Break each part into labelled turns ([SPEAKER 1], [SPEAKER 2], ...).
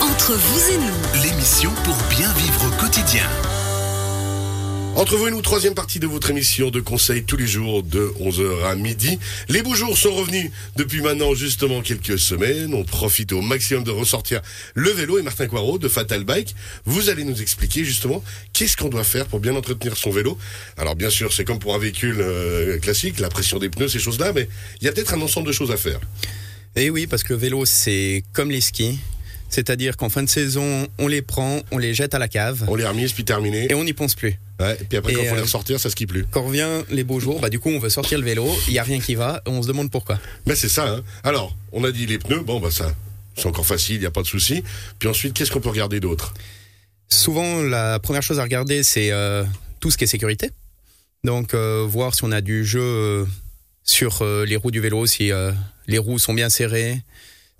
[SPEAKER 1] Entre vous et nous.
[SPEAKER 2] L'émission pour bien vivre au quotidien.
[SPEAKER 3] Entre vous et nous, troisième partie de votre émission de conseil tous les jours de 11h à midi. Les beaux jours sont revenus depuis maintenant justement quelques semaines. On profite au maximum de ressortir le vélo et Martin Coirot de Fatal Bike. Vous allez nous expliquer justement qu'est-ce qu'on doit faire pour bien entretenir son vélo. Alors bien sûr, c'est comme pour un véhicule euh, classique, la pression des pneus, ces choses-là, mais il y a peut-être un ensemble de choses à faire.
[SPEAKER 4] Et Eh oui, parce que le vélo, c'est comme les skis. C'est-à-dire qu'en fin de saison, on les prend, on les jette à la cave
[SPEAKER 3] On les remise puis terminé.
[SPEAKER 4] et on n'y pense plus.
[SPEAKER 3] Ouais, et puis après,
[SPEAKER 4] Et,
[SPEAKER 3] quand on faut les
[SPEAKER 4] euh,
[SPEAKER 3] ressortir, ça skie plus.
[SPEAKER 4] Quand revient les beaux jours, bah du coup, on veut sortir le vélo, il n'y a rien qui va, on se demande pourquoi.
[SPEAKER 3] Mais c'est ça. hein. Alors, on a dit les pneus. Bon, bah ça, c'est encore facile, il n'y a pas de souci. Puis ensuite, qu'est-ce qu'on peut regarder d'autre
[SPEAKER 4] Souvent, la première chose à regarder, c'est euh, tout ce qui est sécurité. Donc, euh, voir si on a du jeu euh, sur euh, les roues du vélo, si euh, les roues sont bien serrées,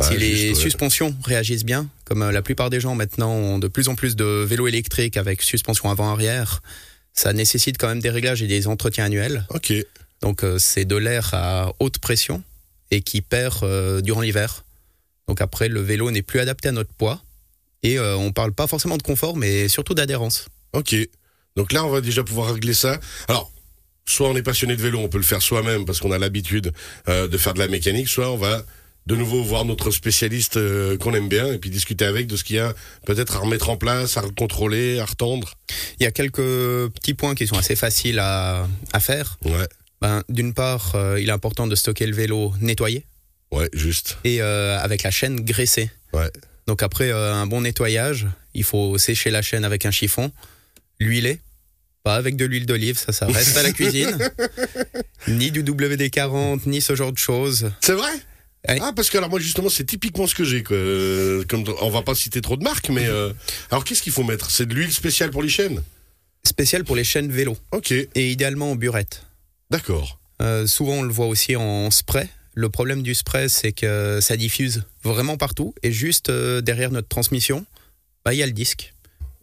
[SPEAKER 3] Ouais,
[SPEAKER 4] si les
[SPEAKER 3] Bah, Ah, juste, ouais.
[SPEAKER 4] suspensions réagissent bien. Comme euh, la plupart des gens maintenant ont de plus en plus de vélos électriques avec suspension avant-arrière, ça nécessite quand même des réglages et des entretiens annuels.
[SPEAKER 3] Ok.
[SPEAKER 4] Donc, euh, c'est de l'air à haute pression et qui perd euh, durant l'hiver. Donc, après, le vélo n'est plus adapté à notre poids. Et euh, on parle pas forcément de confort, mais surtout d'adhérence.
[SPEAKER 3] Ok. Donc là, on va déjà pouvoir régler ça. Alors, soit on est passionné de vélo, on peut le faire soi-même parce qu'on a l'habitude euh, de faire de la mécanique, soit on va de nouveau voir notre spécialiste euh, qu'on aime bien et puis discuter avec de ce qu'il y a peut-être à remettre en place, à contrôler, à retendre.
[SPEAKER 4] Il y a quelques petits points qui sont assez faciles à, à faire.
[SPEAKER 3] Ouais,
[SPEAKER 4] Ben, D'une part, euh, il est important de stocker le vélo nettoyé
[SPEAKER 3] ouais, juste.
[SPEAKER 4] et euh, avec la chaîne graissée.
[SPEAKER 3] Ouais.
[SPEAKER 4] Donc après euh, un bon nettoyage, il faut sécher la chaîne avec un chiffon, l'huiler, pas avec de l'huile d'olive, ça, ça reste à la cuisine, ni du WD-40, ni ce genre de choses.
[SPEAKER 3] C'est vrai
[SPEAKER 4] Ouais.
[SPEAKER 3] Ah parce que alors moi justement c'est typiquement ce que j'ai quoi. Euh, comme on va pas citer trop de marques mais euh, alors qu'est-ce qu'il faut mettre c'est de l'huile spéciale pour les chaînes
[SPEAKER 4] Spécial pour les chaînes vélo
[SPEAKER 3] ok
[SPEAKER 4] et idéalement en burette.
[SPEAKER 3] d'accord
[SPEAKER 4] Euh, souvent on le voit aussi en spray. Le problème du spray, c'est que ça diffuse vraiment partout et juste euh, derrière notre transmission, bah, il y a le disque.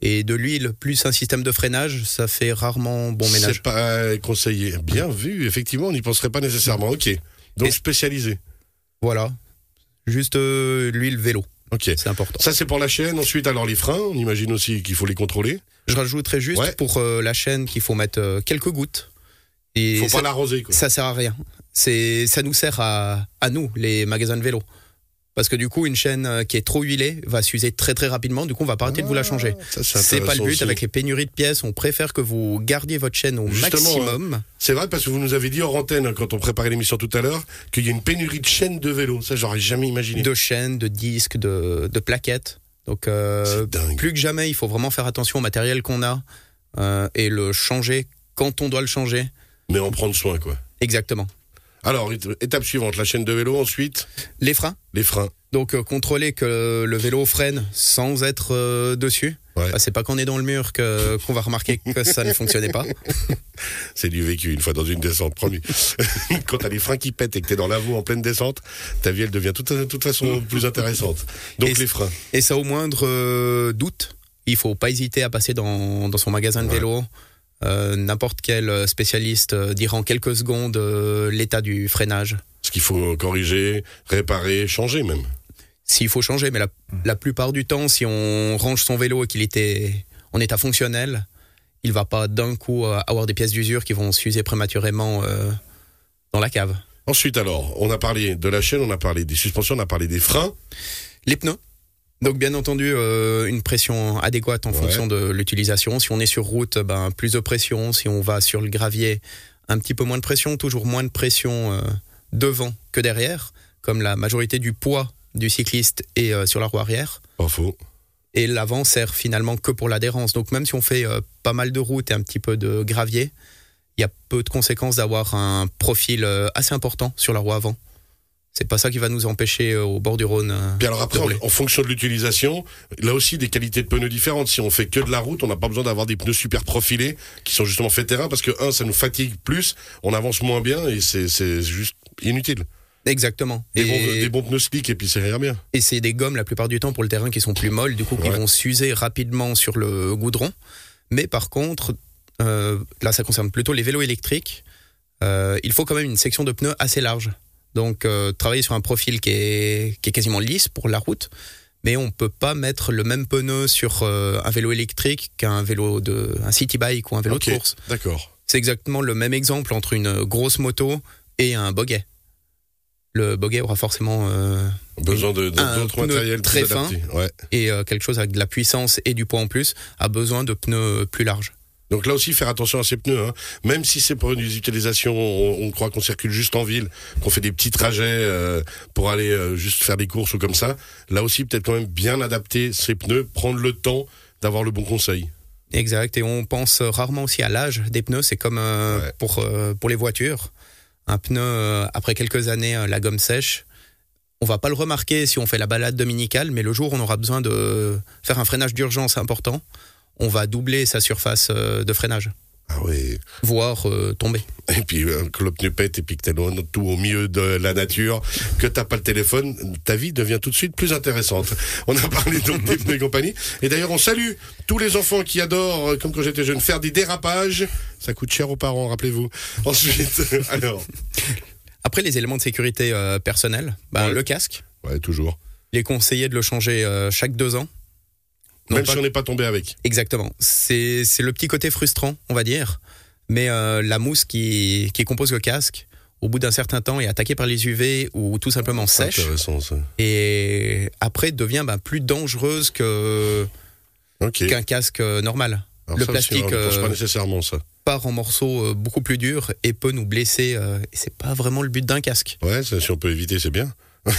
[SPEAKER 4] Et de l'huile plus un système de freinage, ça fait rarement bon ménage.
[SPEAKER 3] c'est pas euh, conseillé bien vu effectivement on n'y penserait pas nécessairement ok donc
[SPEAKER 4] Et-
[SPEAKER 3] spécialisé
[SPEAKER 4] Voilà. Juste euh, l'huile vélo,
[SPEAKER 3] ok
[SPEAKER 4] c'est important.
[SPEAKER 3] ça c'est pour la chaîne ensuite alors les freins on imagine aussi qu'il faut les contrôler
[SPEAKER 4] Je rajouterais juste
[SPEAKER 3] Ouais.
[SPEAKER 4] pour euh, la chaîne qu'il faut mettre euh, quelques gouttes. Et
[SPEAKER 3] faut
[SPEAKER 4] ça,
[SPEAKER 3] pas l'arroser quoi
[SPEAKER 4] ça sert à rien. C'est ça nous sert à, à nous les magasins de vélo. Parce que du coup, une chaîne euh, qui est trop huilée va s'user très très rapidement. Du coup, on va pas arrêter de vous la changer.
[SPEAKER 3] Ça, Ah,
[SPEAKER 4] C'est pas le
[SPEAKER 3] intéressant
[SPEAKER 4] but
[SPEAKER 3] aussi.
[SPEAKER 4] avec les pénuries de pièces. On préfère que vous gardiez votre chaîne au
[SPEAKER 3] Justement,
[SPEAKER 4] maximum.
[SPEAKER 3] c'est vrai parce que vous nous avez dit hors antenne quand on préparait l'émission tout à l'heure qu'il y a une pénurie de chaînes de vélo ça j'aurais jamais imaginé
[SPEAKER 4] de chaînes, de disques, de, de plaquettes. Donc euh,
[SPEAKER 3] C'est dingue.
[SPEAKER 4] plus que jamais, il faut vraiment faire attention au matériel qu'on a euh, et le changer quand on doit le changer.
[SPEAKER 3] mais en prendre soin quoi
[SPEAKER 4] Exactement.
[SPEAKER 3] Alors, éta- étape suivante, la chaîne de vélo, ensuite
[SPEAKER 4] Les freins.
[SPEAKER 3] les freins.
[SPEAKER 4] Donc euh, contrôler que le vélo freine sans être euh, dessus.
[SPEAKER 3] Ouais.
[SPEAKER 4] Bah, c'est pas quand on est dans le mur que qu'on va remarquer que ça ne fonctionnait pas.
[SPEAKER 3] C'est du vécu, une fois dans une descente, promis. Quand t'as les freins qui pètent et que t'es dans l'avou en pleine descente, ta vie, elle devient toute, toute façon plus intéressante. Donc
[SPEAKER 4] Et-
[SPEAKER 3] les freins.
[SPEAKER 4] Et ça au moindre euh, doute, il faut pas hésiter à passer dans, dans son magasin de
[SPEAKER 3] Ouais.
[SPEAKER 4] vélo. Euh, N'importe quel spécialiste euh, dira en quelques secondes euh, l'état du freinage.
[SPEAKER 3] Ce qu'il faut corriger, réparer, changer même.
[SPEAKER 4] s'il faut changer, mais la, la plupart du temps, si on range son vélo et qu'il était en état fonctionnel, il va pas d'un coup euh, avoir des pièces d'usure qui vont s'user prématurément euh, dans la cave.
[SPEAKER 3] Ensuite alors, on a parlé de la chaîne, on a parlé des suspensions, on a parlé des freins.
[SPEAKER 4] Les pneus. Donc bien entendu, euh, une pression adéquate en
[SPEAKER 3] Ouais.
[SPEAKER 4] fonction de l'utilisation. Si on est sur route, ben, plus de pression. Si on va sur le gravier, un petit peu moins de pression. Toujours moins de pression euh, devant que derrière, comme la majorité du poids du cycliste est euh, sur la roue arrière.
[SPEAKER 3] Pas faux.
[SPEAKER 4] et l'avant sert finalement que pour l'adhérence. Donc même si on fait euh, pas mal de routes et un petit peu de gravier, il y a peu de conséquences d'avoir un profil euh, assez important sur la roue avant. C'est pas ça qui va nous empêcher euh, au bord du Rhône. euh.
[SPEAKER 3] Puis alors après,
[SPEAKER 4] Doublé.
[SPEAKER 3] en, en fonction de l'utilisation, là aussi des qualités de pneus différentes. Si on fait que de la route, on n'a pas besoin d'avoir des pneus super profilés qui sont justement faits terrain parce que un, ça nous fatigue plus, on avance moins bien et c'est- c'est juste inutile.
[SPEAKER 4] Exactement.
[SPEAKER 3] Des,
[SPEAKER 4] et
[SPEAKER 3] bons, des bons pneus slick et puis c'est rien bien.
[SPEAKER 4] et c'est des gommes la plupart du temps pour le terrain qui sont plus molles, du coup qui
[SPEAKER 3] Ouais.
[SPEAKER 4] vont s'user rapidement sur le goudron. Mais par contre, euh, là ça concerne plutôt les vélos électriques, euh, il faut quand même une section de pneus assez large. Donc euh, travailler sur un profil qui est, qui est quasiment lisse pour la route, mais on peut pas mettre le même pneu sur euh, un vélo électrique qu'un vélo de un city bike ou un vélo
[SPEAKER 3] Ok,
[SPEAKER 4] de course.
[SPEAKER 3] D'accord.
[SPEAKER 4] C'est exactement le même exemple entre une grosse moto et un boguet. Le boguet aura forcément euh,
[SPEAKER 3] Besoin de- de-
[SPEAKER 4] Un
[SPEAKER 3] d'autres
[SPEAKER 4] pneu
[SPEAKER 3] matériels
[SPEAKER 4] très
[SPEAKER 3] plus
[SPEAKER 4] fin.
[SPEAKER 3] adaptés. Ouais.
[SPEAKER 4] et euh, quelque chose avec de la puissance et du poids en plus a besoin de pneus plus larges.
[SPEAKER 3] Donc là aussi, faire attention à ces pneus. hein. Même si c'est pour une utilisation, on, on croit qu'on circule juste en ville, qu'on fait des petits trajets euh, pour aller euh, juste faire des courses ou comme ça. Là aussi, peut-être quand même bien adapter ses pneus, prendre le temps d'avoir le bon conseil.
[SPEAKER 4] Exact. Et on pense euh, rarement aussi à l'âge des pneus. C'est comme euh,
[SPEAKER 3] Ouais.
[SPEAKER 4] pour euh, pour les voitures. Un pneu euh, après quelques années euh, la gomme sèche. On va pas le remarquer si on fait la balade dominicale, mais le jour où on aura besoin de faire un freinage d'urgence important, on va doubler sa surface euh, de freinage,
[SPEAKER 3] Ah oui.
[SPEAKER 4] voire euh, tomber.
[SPEAKER 3] Et puis euh, que le pneu pète et puis que t'es loin, tout au milieu de la nature, que t'as pas le téléphone, ta vie devient tout de suite plus intéressante. On a parlé donc des pneus et compagnie. Et d'ailleurs, on salue tous les enfants qui adorent, euh, comme quand j'étais jeune, faire des dérapages. Ça coûte cher aux parents, rappelez-vous. Ensuite, alors,
[SPEAKER 4] Après les éléments de sécurité euh, personnelle, bah,
[SPEAKER 3] Ouais.
[SPEAKER 4] le casque,
[SPEAKER 3] ouais, toujours.
[SPEAKER 4] il est conseillé de le changer euh, chaque deux ans. Non,
[SPEAKER 3] Même
[SPEAKER 4] pas-
[SPEAKER 3] si on n'est pas tombé avec.
[SPEAKER 4] Exactement. C'est c'est le petit côté frustrant, on va dire. Mais euh, la mousse qui, qui compose le casque, au bout d'un certain temps, est attaquée par les UV ou tout simplement sèche.
[SPEAKER 3] Intéressant Ah, ça.
[SPEAKER 4] Et après, devient ben, plus dangereuse que-
[SPEAKER 3] Ok.
[SPEAKER 4] qu'un casque euh, normal.
[SPEAKER 3] Alors
[SPEAKER 4] le
[SPEAKER 3] ça aussi, hein,
[SPEAKER 4] plastique,
[SPEAKER 3] on ne pense
[SPEAKER 4] euh,
[SPEAKER 3] pas nécessairement ça.
[SPEAKER 4] Part en morceaux euh, beaucoup plus durs et peut nous blesser. euh, et c'est pas vraiment le but d'un casque.
[SPEAKER 3] Ouais, ça, si on peut éviter, c'est bien.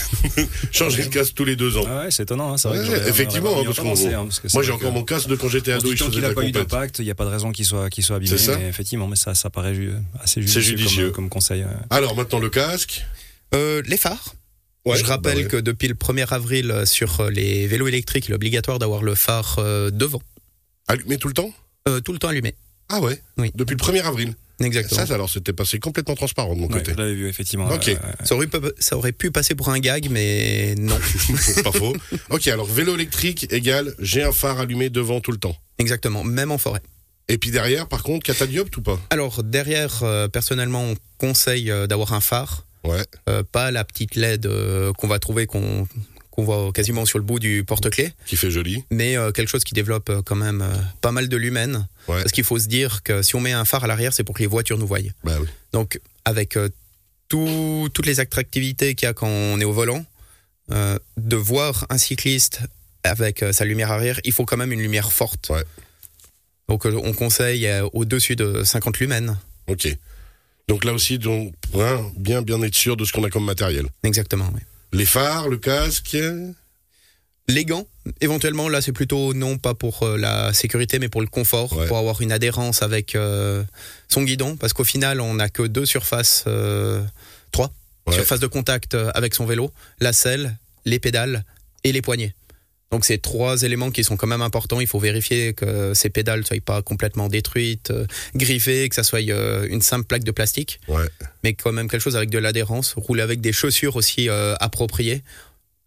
[SPEAKER 3] Changer le casque tous les deux ans.
[SPEAKER 1] Ah ouais, c'est étonnant, hein, c'est vrai.
[SPEAKER 3] Ouais,
[SPEAKER 1] que j'aurais-
[SPEAKER 3] effectivement,
[SPEAKER 1] j'aurais
[SPEAKER 3] hein, parce
[SPEAKER 1] pas
[SPEAKER 3] qu'on-
[SPEAKER 1] pensé, hein, parce que c'est
[SPEAKER 3] Moi, j'ai
[SPEAKER 1] vrai que-
[SPEAKER 3] encore mon casque de quand j'étais
[SPEAKER 1] on se
[SPEAKER 3] ado.
[SPEAKER 1] dit
[SPEAKER 3] il
[SPEAKER 1] Tant
[SPEAKER 3] faisait
[SPEAKER 1] qu'il
[SPEAKER 3] de la
[SPEAKER 1] n'a pas eu de
[SPEAKER 3] compète.
[SPEAKER 1] pacte, il n'y a pas de raison qu'il soit, qu'il soit abîmé.
[SPEAKER 3] C'est ça
[SPEAKER 1] mais effectivement, mais ça, ça paraît ju- assez
[SPEAKER 3] C'est
[SPEAKER 1] judicieux,
[SPEAKER 3] judicieux.
[SPEAKER 1] Comme, comme conseil. ouais.
[SPEAKER 3] Alors maintenant le casque.
[SPEAKER 4] Euh, les phares.
[SPEAKER 3] Ouais,
[SPEAKER 4] Je rappelle
[SPEAKER 3] bah ouais.
[SPEAKER 4] que depuis le 1er avril, euh, sur euh, les vélos électriques, il est obligatoire d'avoir le phare euh, devant,
[SPEAKER 3] Allumé tout le temps
[SPEAKER 4] Euh, tout le temps allumé.
[SPEAKER 3] Ah ouais
[SPEAKER 4] Oui.
[SPEAKER 3] Depuis le 1er avril.
[SPEAKER 4] Exactement.
[SPEAKER 3] Ça, alors, c'était passé complètement transparent de mon
[SPEAKER 1] Ouais,
[SPEAKER 3] côté.
[SPEAKER 1] je l'avais vu, effectivement.
[SPEAKER 3] Ok.
[SPEAKER 1] ouais, ouais.
[SPEAKER 4] Ça aurait, pu, ça aurait pu passer pour un gag, mais non.
[SPEAKER 3] Pas faux. Ok, alors vélo électrique égale j'ai un phare allumé devant tout le temps.
[SPEAKER 4] Exactement, même en forêt.
[SPEAKER 3] Et puis derrière, par contre, catadiopte ou pas
[SPEAKER 4] Alors derrière, euh, personnellement, on conseille euh, d'avoir un phare,
[SPEAKER 3] Ouais.
[SPEAKER 4] euh, pas la petite LED euh, qu'on va trouver, qu'on qu'on voit quasiment sur le bout du porte-clés,
[SPEAKER 3] Qui fait joli.
[SPEAKER 4] mais euh, quelque chose qui développe euh, quand même euh, pas mal de lumen.
[SPEAKER 3] Ouais.
[SPEAKER 4] Parce qu'il faut se dire que si on met un phare à l'arrière, c'est pour que les voitures nous voient.
[SPEAKER 3] Bah oui.
[SPEAKER 4] Donc avec euh, tout- toutes les attractivités qu'il y a quand on est au volant, euh, de voir un cycliste avec euh, sa lumière arrière, il faut quand même une lumière forte.
[SPEAKER 3] Ouais.
[SPEAKER 4] Donc euh, on conseille euh, au-dessus de 50 lumens.
[SPEAKER 3] Ok. Donc là aussi, donc, hein, bien, bien être sûr de ce qu'on a comme matériel.
[SPEAKER 4] Exactement. oui.
[SPEAKER 3] Les phares, le casque. euh,
[SPEAKER 4] Les gants, éventuellement, là c'est plutôt non pas pour euh, la sécurité mais pour le confort,
[SPEAKER 3] Ouais.
[SPEAKER 4] pour avoir une adhérence avec euh, son guidon, parce qu'au final on n'a que deux surfaces, euh, trois
[SPEAKER 3] Ouais.
[SPEAKER 4] surfaces de contact euh, avec son vélo, la selle, les pédales et les poignées. Donc c'est trois éléments qui sont quand même importants. Il faut vérifier que ces pédales ne soient pas complètement détruites, euh, griffées, que ça soit euh, une simple plaque de plastique,
[SPEAKER 3] Ouais.
[SPEAKER 4] mais quand même quelque chose avec de l'adhérence. Rouler avec des chaussures aussi euh, appropriées,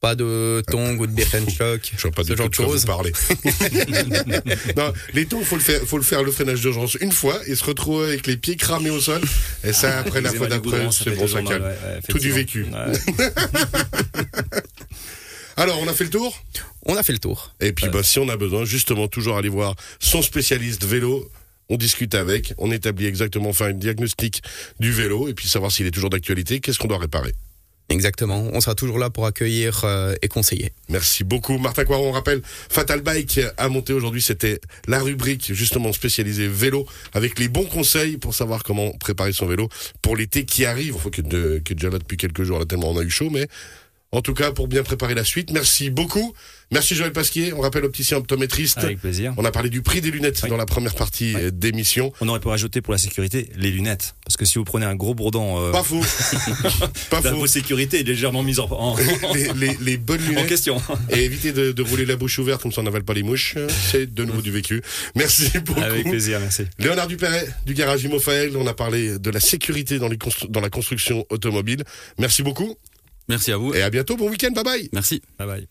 [SPEAKER 4] pas de tongs ou de Birkenstock.
[SPEAKER 3] Je vois pas
[SPEAKER 4] Ce
[SPEAKER 3] du tout
[SPEAKER 4] genre
[SPEAKER 3] de
[SPEAKER 4] de
[SPEAKER 3] quoi vous
[SPEAKER 4] choses.
[SPEAKER 3] parler. non, les tons, faut le faire, faut le faire le freinage d'urgence une fois et se retrouver avec les pieds cramés au sol. Et ça, après la
[SPEAKER 1] Les
[SPEAKER 3] fois
[SPEAKER 1] émails du
[SPEAKER 3] d'après,
[SPEAKER 1] goudron, ça
[SPEAKER 3] c'est
[SPEAKER 1] fait
[SPEAKER 3] bon, ça
[SPEAKER 1] toujours mal,
[SPEAKER 3] calme.
[SPEAKER 1] ouais, ouais,
[SPEAKER 3] Tout du
[SPEAKER 1] effectivement.
[SPEAKER 3] vécu.
[SPEAKER 1] Ouais.
[SPEAKER 3] Alors, on a fait le tour
[SPEAKER 4] On a fait le tour.
[SPEAKER 3] Et puis, bah, si on a besoin, justement, toujours aller voir son spécialiste vélo. On discute avec, on établit exactement, enfin, un diagnostic du vélo et puis savoir s'il est toujours d'actualité, qu'est-ce qu'on doit réparer.
[SPEAKER 4] Exactement. On sera toujours là pour accueillir euh, et conseiller.
[SPEAKER 3] Merci beaucoup. Martin Coiron, on rappelle, Fatal Bike a monté aujourd'hui, c'était la rubrique justement spécialisée vélo avec les bons conseils pour savoir comment préparer son vélo pour l'été qui arrive. Faut que, de, que déjà là depuis quelques jours, là tellement on a eu chaud, mais en tout cas pour bien préparer la suite. Merci beaucoup. Merci Joël Pasquier. On rappelle opticien optométriste.
[SPEAKER 1] Avec plaisir.
[SPEAKER 3] On a parlé du prix des lunettes
[SPEAKER 1] Oui.
[SPEAKER 3] dans la première partie
[SPEAKER 1] Oui.
[SPEAKER 3] euh, d'émission.
[SPEAKER 1] On aurait pu rajouter pour la sécurité les lunettes. Parce que si vous prenez un gros bourdon, euh,
[SPEAKER 3] Pas faux. Pas
[SPEAKER 1] la
[SPEAKER 3] faux.
[SPEAKER 1] sécurité est légèrement mise en, en-
[SPEAKER 3] Les, les- les bonnes
[SPEAKER 1] en
[SPEAKER 3] lunettes.
[SPEAKER 1] question.
[SPEAKER 3] Et évitez de, de rouler la bouche ouverte, comme ça on n'avale pas les mouches. C'est de nouveau du vécu. Merci beaucoup.
[SPEAKER 1] Avec plaisir, merci.
[SPEAKER 3] Léonard Dupéret du garage Imofael, on a parlé de la sécurité dans, les constru- dans la construction automobile. Merci beaucoup
[SPEAKER 5] Merci à vous.
[SPEAKER 3] et à bientôt, bon week-end, bye bye
[SPEAKER 5] Merci.
[SPEAKER 1] Bye bye.